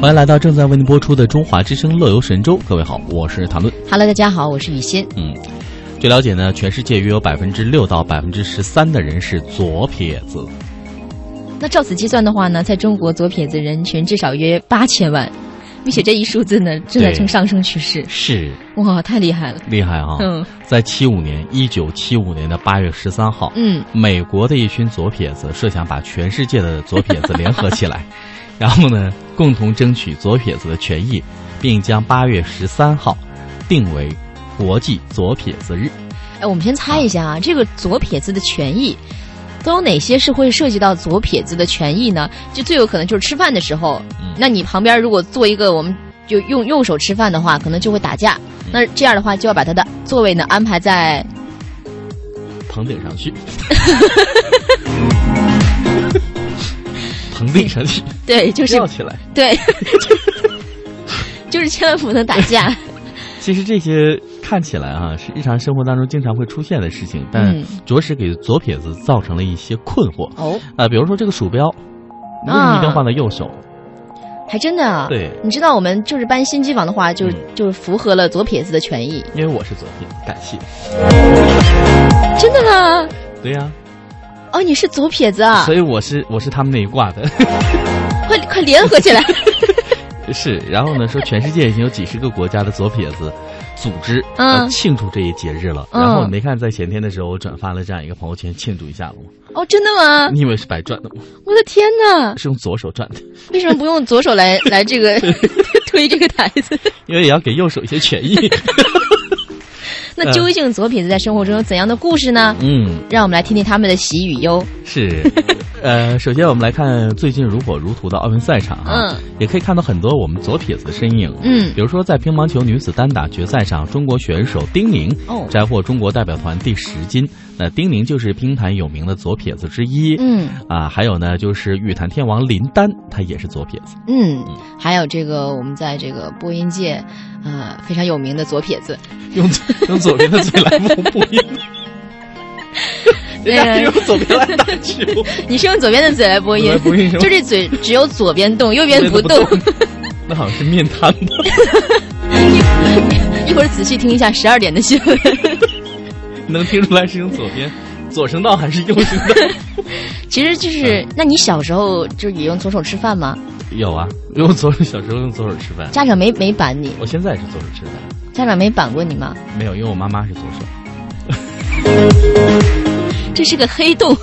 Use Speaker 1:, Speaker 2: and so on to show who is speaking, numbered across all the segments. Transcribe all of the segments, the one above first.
Speaker 1: 欢迎来到正在为您播出的《中华之声·乐游神州》，各位好，我是谭论。
Speaker 2: Hello，大家好，我是雨欣。
Speaker 1: 嗯，据了解呢，全世界约有百分之六到百分之十三的人是左撇子。
Speaker 2: 那照此计算的话呢，在中国左撇子人群至少约八千万，并且这一数字呢正在呈上升趋势。
Speaker 1: 是
Speaker 2: 哇，太厉害了！
Speaker 1: 厉害啊！
Speaker 2: 嗯
Speaker 1: 在七五年，一九七五年的八月十三号，
Speaker 2: 嗯，
Speaker 1: 美国的一群左撇子设想把全世界的左撇子联合起来，然后呢，共同争取左撇子的权益，并将八月十三号定为国际左撇子日。
Speaker 2: 哎，我们先猜一下啊，这个左撇子的权益都有哪些是会涉及到左撇子的权益呢？就最有可能就是吃饭的时候，
Speaker 1: 嗯
Speaker 2: 那你旁边如果坐一个我们。就用右手吃饭的话，可能就会打架。那这样的话，就要把他的座位呢安排在
Speaker 1: 棚顶 上去，棚顶上去，
Speaker 2: 对，就是
Speaker 1: 吊起来。
Speaker 2: 对， 就是千万不能打架。
Speaker 1: 其实这些看起来啊是日常生活当中经常会出现的事情，但
Speaker 2: 嗯
Speaker 1: 着实给左撇子造成了一些困惑啊、
Speaker 2: 哦，
Speaker 1: 比如说这个鼠标，为什
Speaker 2: 啊
Speaker 1: 么一定要放在右手？
Speaker 2: 还真的啊。
Speaker 1: 对嗯
Speaker 2: 你知道我们就是搬新机房的话，就是、就是符合了左撇子的权益，
Speaker 1: 因为我是左撇子，感谢。
Speaker 2: 真的吗？
Speaker 1: 对呀、
Speaker 2: 哦，你是左撇子啊
Speaker 1: 所！以我是我是他们那一挂的，
Speaker 2: 快快联合 起来！
Speaker 1: 是。然后呢，说全世界已经有几十个国家的左撇子组织
Speaker 2: 嗯
Speaker 1: 呃庆祝这一节日了。
Speaker 2: 嗯
Speaker 1: 然后你没看在前天的时候，我转发了这样一个朋友圈庆祝一下了吗？
Speaker 2: 哦，真的吗？
Speaker 1: 你以为是白转的吗？
Speaker 2: 我的天哪！
Speaker 1: 是用左手转的，
Speaker 2: 为什么不用左 手来来这个推这个台子？
Speaker 1: 因为也要给右手一些权 益。
Speaker 2: 那究竟左撇子在生活中有怎样的故事呢？
Speaker 1: 嗯，
Speaker 2: 让我们来听听他们的喜与忧。
Speaker 1: 是。呃，首先我们来看最近如火如荼的奥运赛场啊，
Speaker 2: 嗯
Speaker 1: 也可以看到很多我们左撇子的身影。
Speaker 2: 嗯
Speaker 1: 比如说在乒乓球女子单打决赛上，中国选手丁宁
Speaker 2: 哦
Speaker 1: 摘获中国代表团第十金。那丁宁就是乒坛有名的左撇子之一。
Speaker 2: 嗯
Speaker 1: 啊，还有呢，就是羽坛天王林丹，他也是左撇子。
Speaker 2: 嗯，还有这个我们在这个播音界，呃，非常有名的左撇子，
Speaker 1: 用用左边的嘴来摸不 一样。人家是用左边来打球，
Speaker 2: 你是用左边的嘴来播音
Speaker 1: 我来，播音是吗
Speaker 2: 就这嘴只有左边动， 右边
Speaker 1: 别
Speaker 2: 不动。
Speaker 1: 动。那好像是面瘫吧？
Speaker 2: 一会儿仔细听一下十二点的新闻。
Speaker 1: 能听出来是用左边，左声道还是右声道？
Speaker 2: 其实就是，那你小时候就也用左手吃饭吗？
Speaker 1: 有啊，用左手小时候用左手吃饭，
Speaker 2: 家长没没板你，
Speaker 1: 我现在也是左手吃饭，
Speaker 2: 家长没板过你吗？
Speaker 1: 没有，因为我妈妈是左手。
Speaker 2: 这是个黑洞。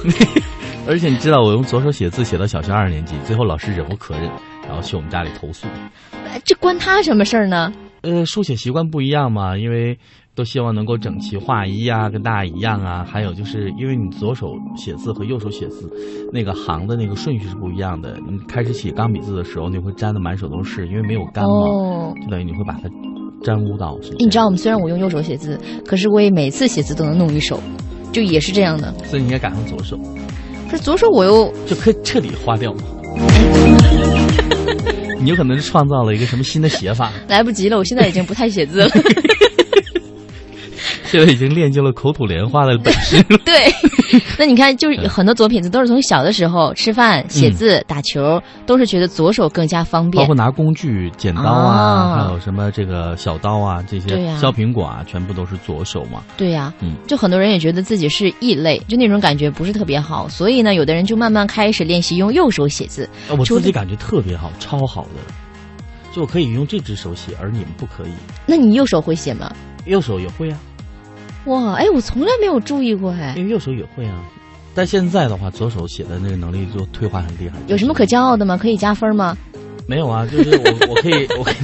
Speaker 1: 而且你知道，我用左手写字写到小学二年级，最后老师忍无可忍，然后去我们家里投诉。
Speaker 2: 呃这关他什么事儿呢？
Speaker 1: 呃，书写习惯不一样嘛，因为都希望能够整齐划一啊，
Speaker 2: 嗯
Speaker 1: 跟大家一样啊。还有就是因为你左手写字和右手写字，那个行的那个顺序是不一样的。你开始写钢笔字的时候，你会粘的满手都是，因为没有干嘛，
Speaker 2: 哦，
Speaker 1: 就等于你会把它沾污到。是不是
Speaker 2: 你知道，我们虽然我用右手写字，可是我也每次写字都能弄一手，就也是这样的。
Speaker 1: 所以你应该改成左手，
Speaker 2: 可是左手我又
Speaker 1: 就可以彻底花掉嘛。 你有可能是创造了一个什么新的写法，
Speaker 2: 来不及了，我现在已经不太写字了。
Speaker 1: 现在已经练就了口吐莲花的本事。
Speaker 2: 对，那你看，就是很多左撇子都是从小的时候吃饭、写字、打球，都是觉得左手更加方
Speaker 1: 包
Speaker 2: 便
Speaker 1: 括。拿工具、剪刀啊，
Speaker 2: 啊
Speaker 1: 还有什么这个小刀啊，这
Speaker 2: 对
Speaker 1: 些
Speaker 2: 呀
Speaker 1: 削苹果啊，全部都是左手嘛。
Speaker 2: 对呀、
Speaker 1: 嗯
Speaker 2: 就很多人也觉得自己是异类，就那种感觉不是特别好，所以呢，有的人就慢慢开始练习用右手写字。
Speaker 1: 呃我自
Speaker 2: 除了
Speaker 1: 己感觉特别好，超好的，就我可以用这只手写，而你们不可以，
Speaker 2: 那你右手会写吗？
Speaker 1: 右手也会啊，
Speaker 2: 哇，哎，我从来没有注意过，哎，
Speaker 1: 因为右手也会啊。但现在的话，左手写的那个能力就退化很厉害。
Speaker 2: 有什么可骄傲的吗？可以加分吗？
Speaker 1: 没有啊？就是我，我可以，我可以，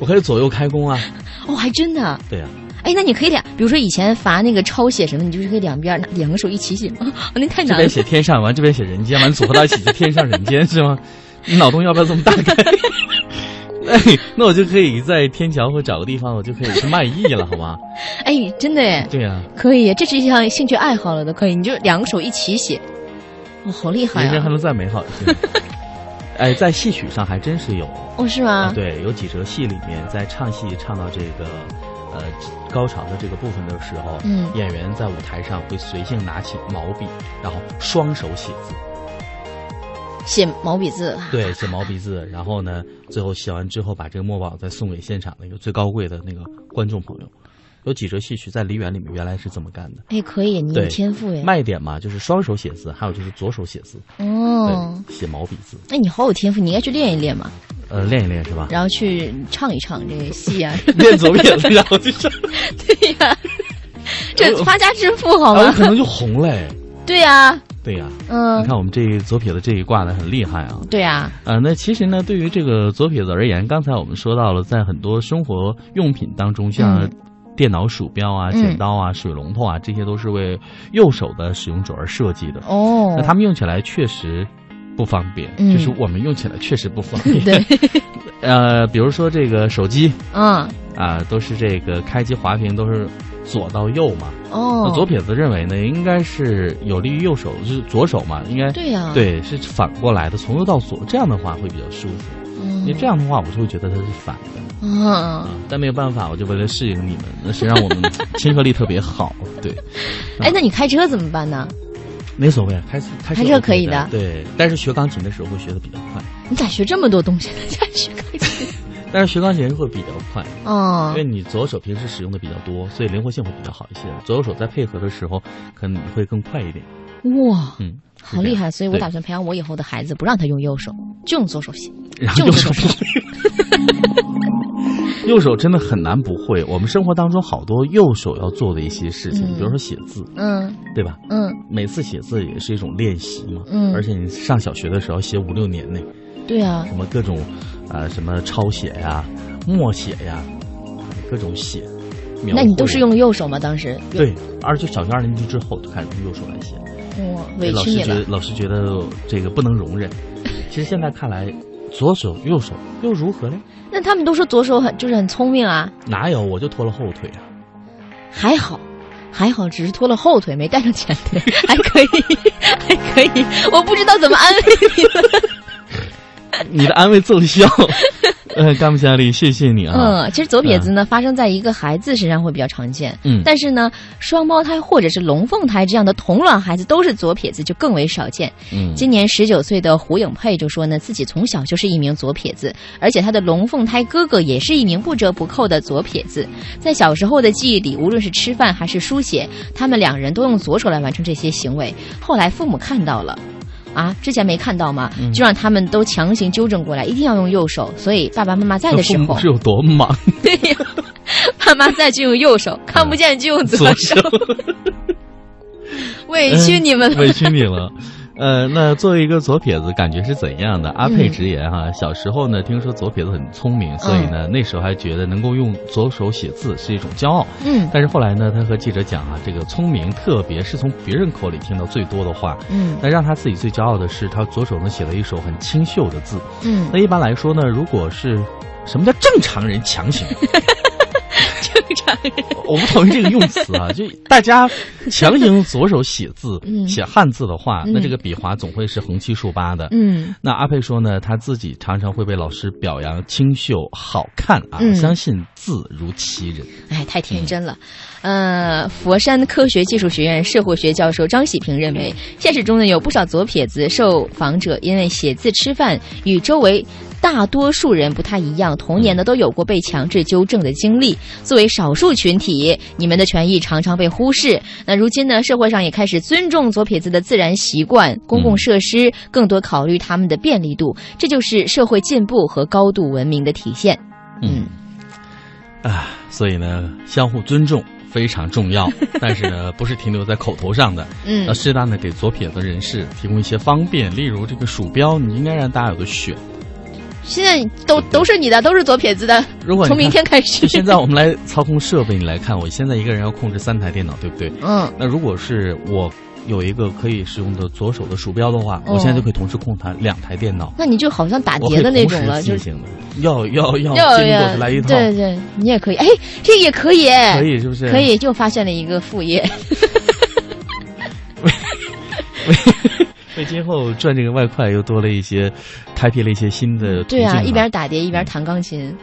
Speaker 1: 我可以左右开弓啊。
Speaker 2: 哦，还真的。
Speaker 1: 对啊呀、
Speaker 2: 哎，那你可以两，比如说以前罚那个抄写什么，你就是可以两边拿两个手一起写吗？ 哦那太
Speaker 1: 这
Speaker 2: 难了
Speaker 1: 边。写天上，完这边写人间，完组合到一起就天上人间是吗？你脑洞要不要这么大开？哎，那我就可以在天桥或找个地方，我就可以去卖艺了，好吗？
Speaker 2: 哎，真的哎，
Speaker 1: 对呀、
Speaker 2: 可以，这是一项兴趣爱好了都可以，你就两个手一起写，哇、好厉害
Speaker 1: 人生还
Speaker 2: 啊！
Speaker 1: 能再美好一些。哎，在戏曲上还真是有，啊
Speaker 2: 哦，是吗？
Speaker 1: 对，有几折戏里面，在唱戏唱到这个呃高潮的这个部分的时候，
Speaker 2: 嗯
Speaker 1: 演员在舞台上会随性拿起毛笔，然后双手写字。
Speaker 2: 写毛笔字啊，
Speaker 1: 对，写毛笔字，然后呢，最后写完之后把这个墨宝再送给现场的一个最高贵的那个观众朋友。有几折戏曲在梨园里面原来是这么干的，
Speaker 2: 哎，可以，你有
Speaker 1: 对
Speaker 2: 天赋耶！
Speaker 1: 卖点嘛就是双手写字，还有就是左手写字，
Speaker 2: 哦，
Speaker 1: 对，写毛笔字，
Speaker 2: 哎，你好有天赋，你应该去练一练嘛，
Speaker 1: 呃，练一练是吧？
Speaker 2: 然后去唱一唱这个 戏啊，
Speaker 1: 练左撇子，然后就是，
Speaker 2: 对 呀、
Speaker 1: 呃
Speaker 2: 这发家致富好
Speaker 1: 我
Speaker 2: 吗？
Speaker 1: 可能就红了哎。
Speaker 2: 对呀、
Speaker 1: 对呀、哦你
Speaker 2: 嗯，
Speaker 1: 看我们这左撇子这一挂的很厉害啊。
Speaker 2: 对呀、
Speaker 1: 啊，那其实呢，对于这个左撇子而言，刚才我们说到了，在很多生活用品当中，像
Speaker 2: 嗯
Speaker 1: 电脑鼠标啊、
Speaker 2: 嗯
Speaker 1: 剪刀啊、水龙头啊，这些都是为右手的使用者而设计的。
Speaker 2: 哦，
Speaker 1: 那他们用起来确实不方便，
Speaker 2: 嗯
Speaker 1: 就是我们用起来确实不方 便。
Speaker 2: 对，
Speaker 1: 呃，比如说这个手机
Speaker 2: 嗯，
Speaker 1: 啊、都是这个开机滑屏都是左到右嘛。那
Speaker 2: 哦，
Speaker 1: 左撇子认为呢，应该是有利于右手，就是左手嘛，应该
Speaker 2: 对呀、，
Speaker 1: 对是反过来的，从右到左，这样的话会比较舒服。
Speaker 2: 嗯
Speaker 1: 因为这样的话，我就会觉得它是反的
Speaker 2: 嗯
Speaker 1: 啊。但没有办法，我就为了适应你们，那谁让 我们亲和力特别好？对，
Speaker 2: 哎，
Speaker 1: 嗯
Speaker 2: 那你开车怎么办呢？
Speaker 1: 没所谓，开车开车
Speaker 2: 开车
Speaker 1: OK
Speaker 2: 可以的
Speaker 1: 的。对，但是学钢琴的时候会学的比较快，
Speaker 2: 你咋学这么多东 西呢？咋学开车？
Speaker 1: 但是学钢琴会比较快，因
Speaker 2: 哦
Speaker 1: 为，你左手平时使用的比较多，所以灵活性会比较好一些。左右手在配合的时候，可能会更快一点。
Speaker 2: 哇，
Speaker 1: 嗯，是
Speaker 2: 好
Speaker 1: 这
Speaker 2: 厉
Speaker 1: 样。
Speaker 2: 害！所以我
Speaker 1: 对
Speaker 2: 打算培养我以后的孩子，不让他用右手，就用左手写。
Speaker 1: 然
Speaker 2: 就
Speaker 1: 后右手
Speaker 2: 是，
Speaker 1: 右手真的很难不会。我们生活当中好多右手要做的一些事情，
Speaker 2: 嗯
Speaker 1: 比如说写字，
Speaker 2: 嗯
Speaker 1: 对吧？
Speaker 2: 嗯，
Speaker 1: 每次写字也是一种练习嘛，
Speaker 2: 嗯
Speaker 1: 而且你上小学的时候写五六年呢，
Speaker 2: 对啊，
Speaker 1: 什么各种，呃，什么抄写呀、默写呀，各种写。描
Speaker 2: 那你都
Speaker 1: 绘
Speaker 2: 是用右手吗？当时有
Speaker 1: 对，而且小学二年级之后就开始用右手来写，
Speaker 2: 哇，委
Speaker 1: 老
Speaker 2: 屈
Speaker 1: 师
Speaker 2: 你
Speaker 1: 觉
Speaker 2: 了
Speaker 1: 得。老师觉得这个不能容 忍。其实现在看来，左手右手又如何呢？
Speaker 2: 那他们都说左手很就是很聪明啊，
Speaker 1: 哪有？我就拖了后腿啊！
Speaker 2: 还好，还好，只是拖了后腿，没带上前腿， 还可以，还可以。我不知道怎么安慰你了。
Speaker 1: 你的安慰奏 效。呃，干部小李，谢谢你啊。
Speaker 2: 嗯，其实左撇子呢，发生在一个孩子身上会比较常见。
Speaker 1: 嗯
Speaker 2: 但是呢，双胞胎或者是龙凤胎这样的同卵孩子都是左撇子，就更为少见。
Speaker 1: 嗯
Speaker 2: 今年十九岁的胡颖佩就说呢，自己从小就是一名左撇子，而且他的龙凤胎哥哥也是一名不折不扣的左撇子。在小时候的记忆里，无论是吃饭还是书写，他们两人都用左手来完成这些行为。后来父母看到了。啊，之前没看到吗？就让他们都强行纠正过来，一定要用右手。所以爸爸妈妈在的时
Speaker 1: 父
Speaker 2: 候
Speaker 1: 母，是有多忙？
Speaker 2: 对呀，爸妈在就用右手，看不见就用左
Speaker 1: 嗯左
Speaker 2: 手，委屈你 们了。
Speaker 1: 委屈你了。呃，那作为一个左撇子，感觉是怎样的？阿佩直言哈、小时候呢，听说左撇子很聪明，所以呢，那时候还觉得能够用左手写字是一种骄傲。
Speaker 2: 嗯
Speaker 1: 但是后来呢，他和记者讲啊，这个聪明特别是从别人口里听到最多的话。
Speaker 2: 嗯
Speaker 1: 那让他自己最骄傲的是，他左手能写了一手很清秀的字。
Speaker 2: 嗯，
Speaker 1: 那一般来说呢，如果是什么叫正常人强行？
Speaker 2: 正常人。
Speaker 1: 我不讨厌这个用词啊，就大家强行左手写字、
Speaker 2: 嗯
Speaker 1: 写汉字的话，
Speaker 2: 嗯
Speaker 1: 那这个笔划总会是横七竖八的。
Speaker 2: 嗯
Speaker 1: 那阿佩说呢，他自己常常会被老师表扬清秀好看啊，
Speaker 2: 嗯
Speaker 1: 相信字如其人。
Speaker 2: 哎，太天真了。呃，佛山科学技术学院社会学教授张喜平认为，现实中呢有不少左撇子受访者因为写字、吃饭与周围。大多数人不太一样，童年呢都有过被强制纠正的经历。作为少数群体，你们的权益常常被忽视。那如今呢，社会上也开始尊重左撇子的自然习惯，公共
Speaker 1: 嗯
Speaker 2: 设施更多考虑他们的便利度，这就是社会进步和高度文明的体现。嗯，
Speaker 1: 啊，所以呢，相互尊重非常重 要，但是呢，不是停留在口头上的。
Speaker 2: 嗯
Speaker 1: 要，适当的给左撇子人士提供一些方便，例如这个鼠标，你应该让大家有的选。
Speaker 2: 现在都都是你的，都是左撇子的，
Speaker 1: 如果你
Speaker 2: 从明
Speaker 1: 看
Speaker 2: 天开
Speaker 1: 就
Speaker 2: 始。
Speaker 1: 现在我们来操控设备，你来看，我现在一个人要控制三台电脑，对不对？
Speaker 2: 嗯，
Speaker 1: 那如果是我有一个可以使用的左手的鼠标的话，
Speaker 2: 哦
Speaker 1: 我现在就可以同时控制两台电脑，
Speaker 2: 那你就好像打
Speaker 1: 我
Speaker 2: 碟的
Speaker 1: 可以
Speaker 2: 那
Speaker 1: 同
Speaker 2: 种
Speaker 1: 时
Speaker 2: 了，就
Speaker 1: 进
Speaker 2: 是
Speaker 1: 行的。要要要，
Speaker 2: 要
Speaker 1: 经过
Speaker 2: 要
Speaker 1: 的来一套，
Speaker 2: 对对，你也可以，哎，这个也可以，
Speaker 1: 可以是不是？
Speaker 2: 可。以，又发现了一个副业。
Speaker 1: 为今后赚这个外快又多了一些，开辟了一些新的途
Speaker 2: 对啊
Speaker 1: 径嘛。
Speaker 2: 啊，一边打碟一边弹钢琴，